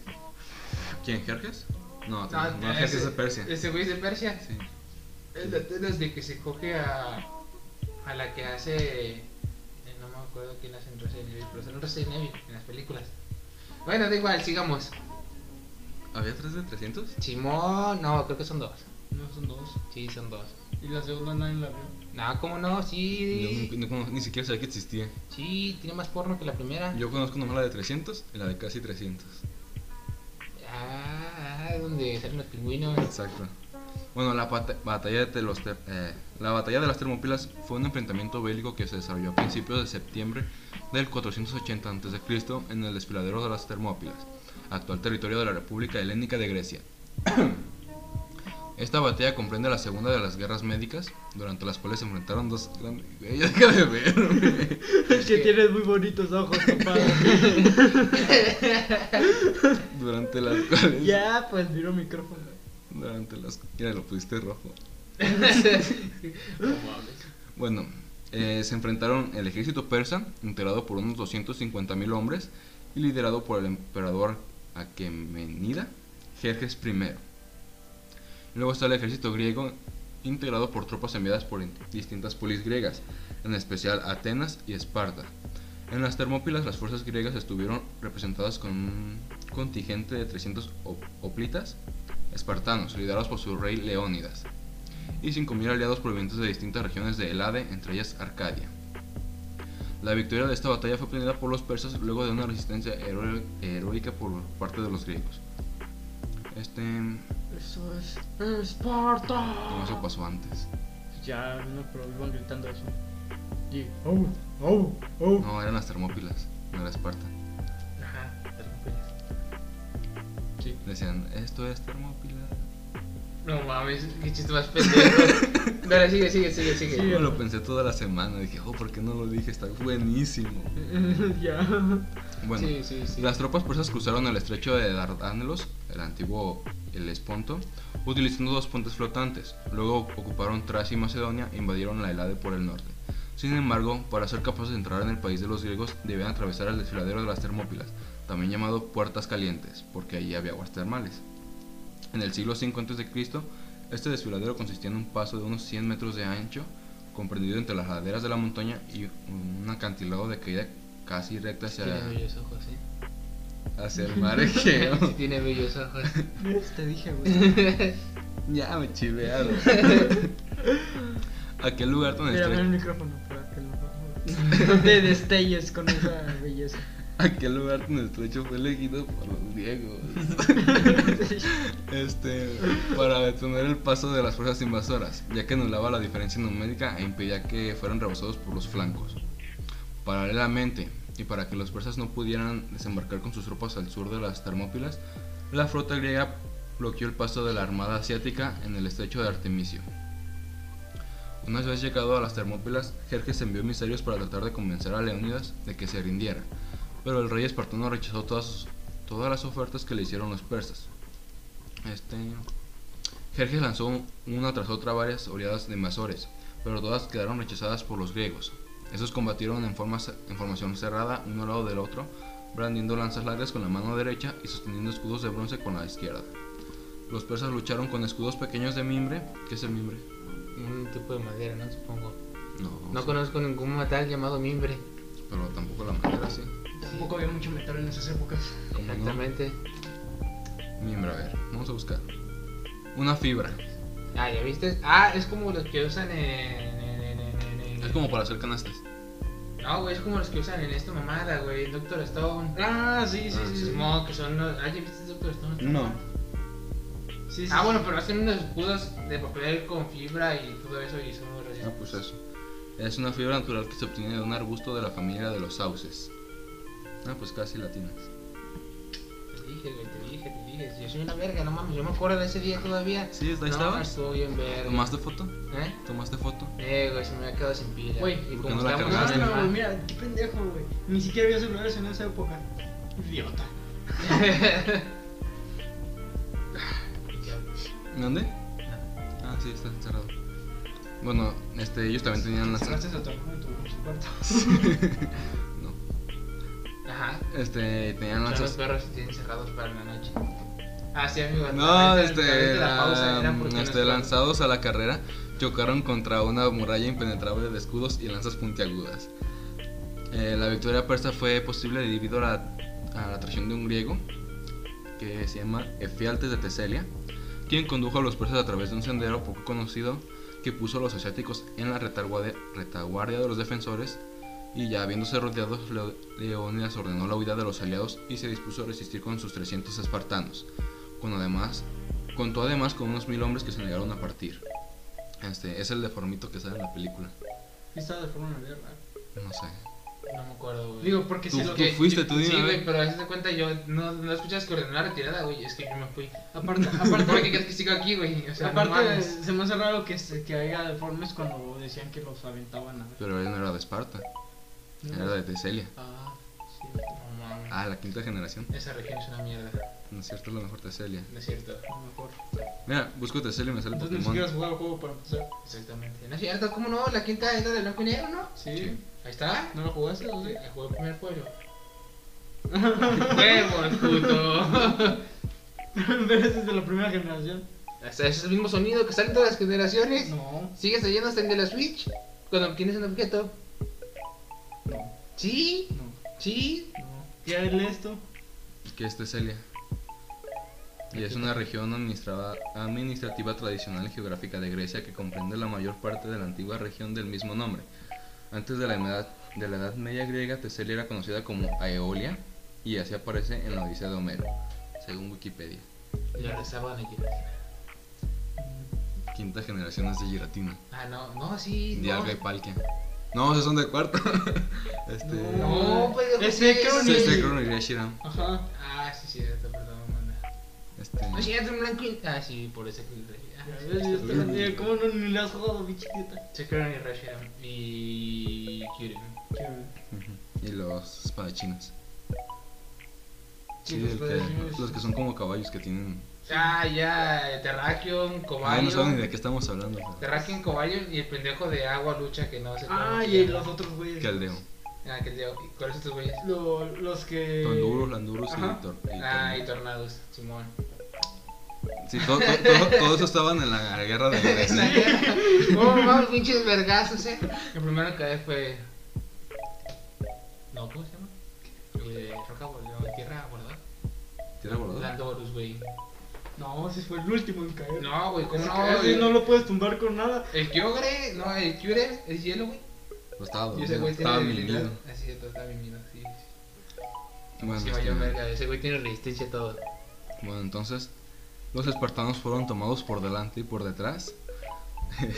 Speaker 4: ¿Quién, Jerjes? No, Atenas,
Speaker 3: Ah,
Speaker 4: no, Jerjes es de Persia.
Speaker 3: Ese güey es de Persia.
Speaker 4: Sí.
Speaker 3: El de Atenas de que se coge a. a la que hace. eh, No me acuerdo quién hace en Resident Evil, pero sale en Resident Evil en las películas. Bueno, da igual, sigamos.
Speaker 4: ¿Había tres de 300?
Speaker 3: Simón, no, creo que son dos.
Speaker 2: No, son dos.
Speaker 3: Sí, son dos.
Speaker 2: Y la segunda nadie la vio.
Speaker 3: No, ¿cómo no? Sí.
Speaker 4: Yo no- no- ni siquiera sabía que existía.
Speaker 3: Sí, tiene más porno que la primera.
Speaker 4: Yo conozco nomás la de 300 y la de casi 300.
Speaker 3: Ah, donde salen los pingüinos.
Speaker 4: Exacto. Bueno, la bata- batalla de los ter- eh, la batalla de las Termópilas fue un enfrentamiento bélico que se desarrolló a principios de septiembre del 480 a.C. en el desfiladero de las Termópilas, actual territorio de la República Helénica de Grecia. Esta batalla comprende la segunda de las guerras médicas, durante las cuales se enfrentaron dos grandes... *laughs* Güey, ya deja de ver, güey.
Speaker 2: Es que
Speaker 3: que-
Speaker 2: tienes muy bonitos *laughs* ojos, papá.
Speaker 4: Durante las cuales...
Speaker 2: ya, pues miro micrófono.
Speaker 4: Durante las... Mira, lo pusiste rojo.
Speaker 3: No mames.
Speaker 4: Bueno, eh, se enfrentaron el ejército persa, integrado por unos 250.000 hombres y liderado por el emperador Aquemenida, Jerjes I. Luego está el ejército griego, integrado por tropas enviadas por in- distintas polis griegas, en especial Atenas y Esparta. En las Termópilas las fuerzas griegas estuvieron representadas con un contingente de 300 op- hoplitas espartanos, liderados por su rey Leónidas y 5.000 aliados provenientes de distintas regiones de Helade, entre ellas Arcadia. La victoria de esta batalla fue obtenida por los persas luego de una resistencia heró- heroica por parte de los griegos. Este.
Speaker 2: Eso es Esparta.
Speaker 4: No, eso pasó antes.
Speaker 2: Ya, no, pero iban gritando eso. Y, oh, oh, oh.
Speaker 4: No, eran las Termópilas, no era Esparta.
Speaker 3: Ajá, te recuperas.
Speaker 2: Sí.
Speaker 4: Decían, esto es Termópila.
Speaker 3: No mames, qué chiste más pendejo. Dale, sigue, sigue, sigue, sigue.
Speaker 2: Sí.
Speaker 4: Yo lo pensé toda la semana, dije, oh, ¿por qué no lo dije? Está buenísimo.
Speaker 2: *laughs* ya.
Speaker 4: Bueno,
Speaker 3: sí, sí, sí.
Speaker 4: pues, Las tropas persas cruzaron el estrecho de Dardanelos, el antiguo Helesponto, utilizando dos puentes flotantes. Luego ocuparon Tracia y Macedonia e invadieron la Helade por el norte. Sin embargo, para ser capaces de entrar en el país de los griegos, debían atravesar el desfiladero de las Termópilas, también llamado Puertas Calientes, porque allí había aguas termales. En el siglo V a.C., este desfiladero consistía en un paso de unos 100 metros de ancho, comprendido entre las laderas de la montaña y un acantilado de caída casi recta hacia
Speaker 3: Tiene bellos ojos, eh.
Speaker 4: hacia el mar *laughs*
Speaker 3: Sí,
Speaker 4: Egeo.
Speaker 3: tiene bellos ojos.
Speaker 2: Te dije, güey.
Speaker 4: ya me
Speaker 2: *laughs*
Speaker 4: chivearon. Aquel lugar tan
Speaker 2: Mira, ven el
Speaker 4: estrecho,
Speaker 2: micrófono para que lo- *laughs* no te destelles con esa belleza.
Speaker 4: aquel lugar tan estrecho fue elegido por los griegos. este, para detener el paso de las fuerzas invasoras, ya que anulaba la diferencia numérica e impedía que fueran rebasados por los flancos. Paralelamente, y para que los persas no pudieran desembarcar con sus tropas al sur de las Termópilas, la flota griega bloqueó el paso de la armada asiática en el estrecho de Artemisio. Una vez llegado a las Termópilas, Jerjes envió emisarios para tratar de convencer a Leónidas de que se rindiera, pero el rey espartano rechazó todas, sus- todas las ofertas que le hicieron los persas. Este, Jerjes lanzó una tras otra varias oleadas de masores, pero todas quedaron rechazadas por los griegos. Esos combatieron en, forma, en formación cerrada, uno al lado del otro, brandiendo lanzas largas con la mano derecha y sosteniendo escudos de bronce con la izquierda. Los persas lucharon con escudos pequeños de mimbre. ¿Qué es el mimbre?
Speaker 3: Un tipo de madera, ¿no? Supongo.
Speaker 4: No,
Speaker 3: No conozco ningún metal llamado mimbre.
Speaker 4: pero tampoco la madera, sí.
Speaker 2: *laughs* Tampoco había mucho metal en esas épocas.
Speaker 4: ¿Cómo no?
Speaker 3: Exactamente.
Speaker 4: Miembro, a ver, vamos a buscar. Una fibra.
Speaker 3: Ah, ¿ya viste? Ah, es como los que usan en... en- en- en- en-
Speaker 4: Es como para hacer canastas.
Speaker 3: No, güey, es como los que usan en esta mamada, güey. Doctor Stone.
Speaker 2: Ah, sí, sí,
Speaker 4: Ah,
Speaker 2: sí. sí.
Speaker 3: Simón, que son los... Ah, ¿ya viste Doctor Stone?
Speaker 4: No.
Speaker 2: Sí, sí,
Speaker 3: Ah,
Speaker 2: sí.
Speaker 3: bueno, pero hacen unos escudos de papel con fibra y todo eso y son muy
Speaker 4: Ah,
Speaker 3: resistentes.
Speaker 4: pues eso. Es una fibra natural que se obtiene de un arbusto de la familia de los sauces. Ah, pues casi latinas.
Speaker 3: Te dije, güey, te dije, te dije. Yo soy una verga, no mames. Yo me acuerdo de ese día todavía.
Speaker 4: Sí, ahí
Speaker 3: no,
Speaker 4: estabas.
Speaker 3: estuvo bien verga.
Speaker 4: ¿Tomaste foto?
Speaker 3: ¿Eh?
Speaker 4: ¿Tomaste foto?
Speaker 3: Eh, güey, se me había quedado sin pila.
Speaker 2: Güey,
Speaker 3: y
Speaker 4: ¿por
Speaker 3: como
Speaker 4: qué no la
Speaker 3: estábamos-
Speaker 2: No,
Speaker 4: cargaste?
Speaker 2: no, güey, mira, qué pendejo, güey. Ni siquiera había celulares en esa época. Idiota.
Speaker 4: ¿Dónde? Ah, sí, está encerrado. Bueno, este, ellos también tenían las...
Speaker 2: Sacaste a tu hermano en tu en su cuarto.
Speaker 3: *laughs*
Speaker 4: No.
Speaker 3: Ajá.
Speaker 4: Este, tenían
Speaker 3: Son los
Speaker 4: lanzas...
Speaker 3: perros que tienen cerrados para la noche. Ah, sí, amigo.
Speaker 4: No,
Speaker 3: ahorita-
Speaker 4: este,
Speaker 3: ahorita la pausa era
Speaker 4: la-
Speaker 3: porque
Speaker 4: este,
Speaker 3: nuestro-
Speaker 4: lanzados a la carrera, chocaron contra una muralla impenetrable de escudos y lanzas puntiagudas. Eh, la victoria persa fue posible debido a la, a la traición de un griego que se llama Efialtes de Teselia, quien condujo a los persas a través de un sendero poco conocido que puso a los asiáticos en la retaguardia, retaguardia de los defensores y ya habiéndose rodeados, Leo- Leónidas ordenó la huida de los aliados y se dispuso a resistir con sus 300 espartanos con además contó además con unos mil hombres que se negaron a partir este es el deformito que sale en la película
Speaker 2: Y estaba de forma de guerra.
Speaker 4: no sé
Speaker 3: No me acuerdo, güey.
Speaker 2: Digo, porque
Speaker 4: Tú-
Speaker 2: si lo
Speaker 4: tú fuiste, tú dime,
Speaker 3: Sí,
Speaker 4: a
Speaker 3: güey,
Speaker 4: ver.
Speaker 3: pero a veces de cuenta yo no, no escuchas que ordenó la retirada, güey. Es que yo me fui.
Speaker 2: Aparte,
Speaker 3: Aparte, ¿por qué
Speaker 2: aparte,
Speaker 3: crees que sigo aquí, güey? O sea, no
Speaker 2: aparte
Speaker 3: mames.
Speaker 2: se me hace raro que, se- que haya deformes cuando decían que los aventaban a
Speaker 4: pero él no era de Esparta era de Teselia
Speaker 2: Ah, sí.
Speaker 3: No mames.
Speaker 4: ah la quinta generación
Speaker 3: Esa región es una mierda.
Speaker 4: no es cierto es la mejor Teselia
Speaker 3: No es cierto.
Speaker 2: a lo mejor.
Speaker 4: mira busco Teselia y me sale
Speaker 2: Entonces ni siquiera
Speaker 4: Pokémon
Speaker 2: has jugado el juego para empezar.
Speaker 3: Exactamente. No es cierto, ¿cómo no? La quinta era de blanco y negro, ¿no?
Speaker 2: Sí.
Speaker 3: Ahí está.
Speaker 2: ¿No lo jugaste? o sí?
Speaker 3: La
Speaker 2: *laughs*
Speaker 3: jugué el primer pueblo. ¡Huevos, puto!
Speaker 2: Pero ese es de la primera generación.
Speaker 3: Hasta ese es el mismo sonido que sale en todas las generaciones.
Speaker 2: No,
Speaker 3: Sigues oyendo hasta el de la Switch cuando obtienes un objeto.
Speaker 2: no,
Speaker 3: Sí,
Speaker 2: no,
Speaker 3: sí.
Speaker 2: no. ¿Qué es esto?
Speaker 4: que es Teselia y es una región administrada, administrativa tradicional y geográfica de Grecia que comprende la mayor parte de la antigua región del mismo nombre. Antes de la edad, de la edad media griega, Teselia era conocida como Aeolia y así aparece en la Odisea de Homero, según Wikipedia.
Speaker 3: Ya rezaban aquí.
Speaker 4: Quinta generación es de Giratina,
Speaker 3: Ah, no, no, sí.
Speaker 4: de
Speaker 3: No,
Speaker 4: Alga y Palkia. No, esos son de cuarto. *laughs* este,
Speaker 3: no pero.
Speaker 2: Es
Speaker 3: sí,
Speaker 2: Necron
Speaker 3: sí.
Speaker 4: se- se cronoiría Shiram.
Speaker 2: Ajá.
Speaker 3: Ah, sí, cierto, perdón, manda.
Speaker 4: Este,
Speaker 3: No, sí, es un blanco y. Ah, sí, por esa que.
Speaker 2: Ya
Speaker 3: Ah,
Speaker 2: ves, yo te
Speaker 4: bien.
Speaker 2: ¿Cómo no ni le has jugado, mi chiquita?
Speaker 3: Sekiro y Rashiram y Kyurem.
Speaker 4: ujú, y los espadachines.
Speaker 2: Y
Speaker 4: Sí,
Speaker 2: los
Speaker 4: el que-
Speaker 2: espadachines.
Speaker 4: los que son como caballos que tienen
Speaker 3: Ah, ya, Terrakion,
Speaker 4: Ay, Ah, no saben ni de
Speaker 3: Cobalion.
Speaker 4: qué estamos hablando. pero-
Speaker 3: Terrakion, Cobalion y el pendejo de agua lucha que no se
Speaker 2: Ah, y los otros güeyes.
Speaker 4: Caldeo.
Speaker 3: Ah, que digo, ¿y ¿cuáles son tus güeyes?
Speaker 2: Lo- los que.
Speaker 4: Tonduros, Landuros y
Speaker 2: Ajá.
Speaker 4: Tor. y
Speaker 3: Ah, y
Speaker 4: Tor-
Speaker 3: tornados, Simón.
Speaker 4: Sí, todo, todo, todo, todo eso estaban en la guerra de Grecia.
Speaker 3: *laughs* Oh,
Speaker 4: *laughs*
Speaker 3: vamos, pinches vergazos, eh. El primero que caí fue. No, ¿cómo se llama? El de Roca Bordón, Tierra Bordón.
Speaker 4: ¿Tierra voladora?
Speaker 3: Landorus, güey.
Speaker 2: No, ese fue el último en caer.
Speaker 3: No, güey, ¿cómo
Speaker 2: Ese-
Speaker 3: no?
Speaker 2: ese
Speaker 3: güey?
Speaker 2: no lo puedes tumbar con nada.
Speaker 3: El Kyogre, no, el Kyurem es hielo, güey.
Speaker 4: Lo estaba
Speaker 3: Y ese
Speaker 4: dormido.
Speaker 3: güey tiene
Speaker 4: Ah, Estaba
Speaker 3: debilidad.
Speaker 4: mimido.
Speaker 3: Así es, estaba mimido, sí.
Speaker 4: Bueno,
Speaker 3: sí,
Speaker 4: este,
Speaker 3: vaya verga, ese güey tiene resistencia a *laughs* todo.
Speaker 4: bueno, entonces los espartanos fueron tomados por delante y
Speaker 3: *laughs*
Speaker 4: por detrás. *laughs*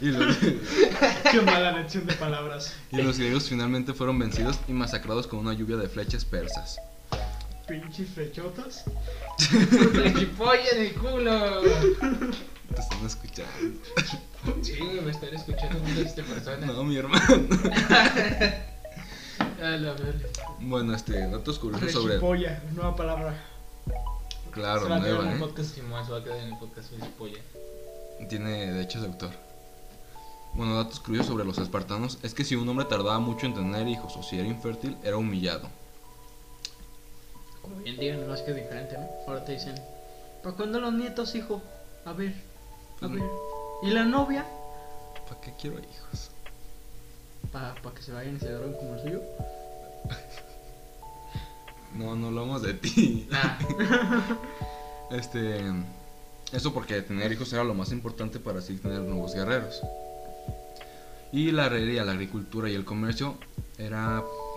Speaker 4: y, los,
Speaker 2: Qué mala lección de palabras.
Speaker 4: y los griegos finalmente fueron vencidos y masacrados con una lluvia de flechas persas.
Speaker 2: Pinches fechotas.
Speaker 3: ¡Le chipolla en el culo!
Speaker 4: Te están escuchando.
Speaker 3: Sí, güey, me están escuchando miles de personas.
Speaker 4: No, mi hermano. *laughs*
Speaker 3: A la verga.
Speaker 4: Bueno, este, datos curiosos sobre.
Speaker 2: Rechipolla, nueva palabra.
Speaker 4: Claro,
Speaker 2: Se va a quedar
Speaker 4: nueva,
Speaker 2: en el
Speaker 4: ¿eh?
Speaker 2: podcast.
Speaker 3: Simón se va a quedar en el podcast de chipolla.
Speaker 4: Tiene derechos de autor. Bueno, datos curiosos sobre los espartanos es que si un hombre tardaba mucho en tener hijos o si era infértil, era humillado.
Speaker 2: Como bien digan, no es que diferente, ¿no? Ahora te dicen, ¿para cuándo los nietos, hijo? A ver, a
Speaker 4: Pues
Speaker 2: ver.
Speaker 4: no.
Speaker 2: ¿Y la novia?
Speaker 4: ¿Para qué quiero hijos?
Speaker 2: Para que se vayan y se droguen como el suyo. Ah.
Speaker 4: No, no hablamos de ti.
Speaker 2: *laughs*
Speaker 3: Nah.
Speaker 4: *laughs* Este. Eso porque tener hijos era lo más importante para así tener nuevos guerreros. Y la herrería, la agricultura y el comercio era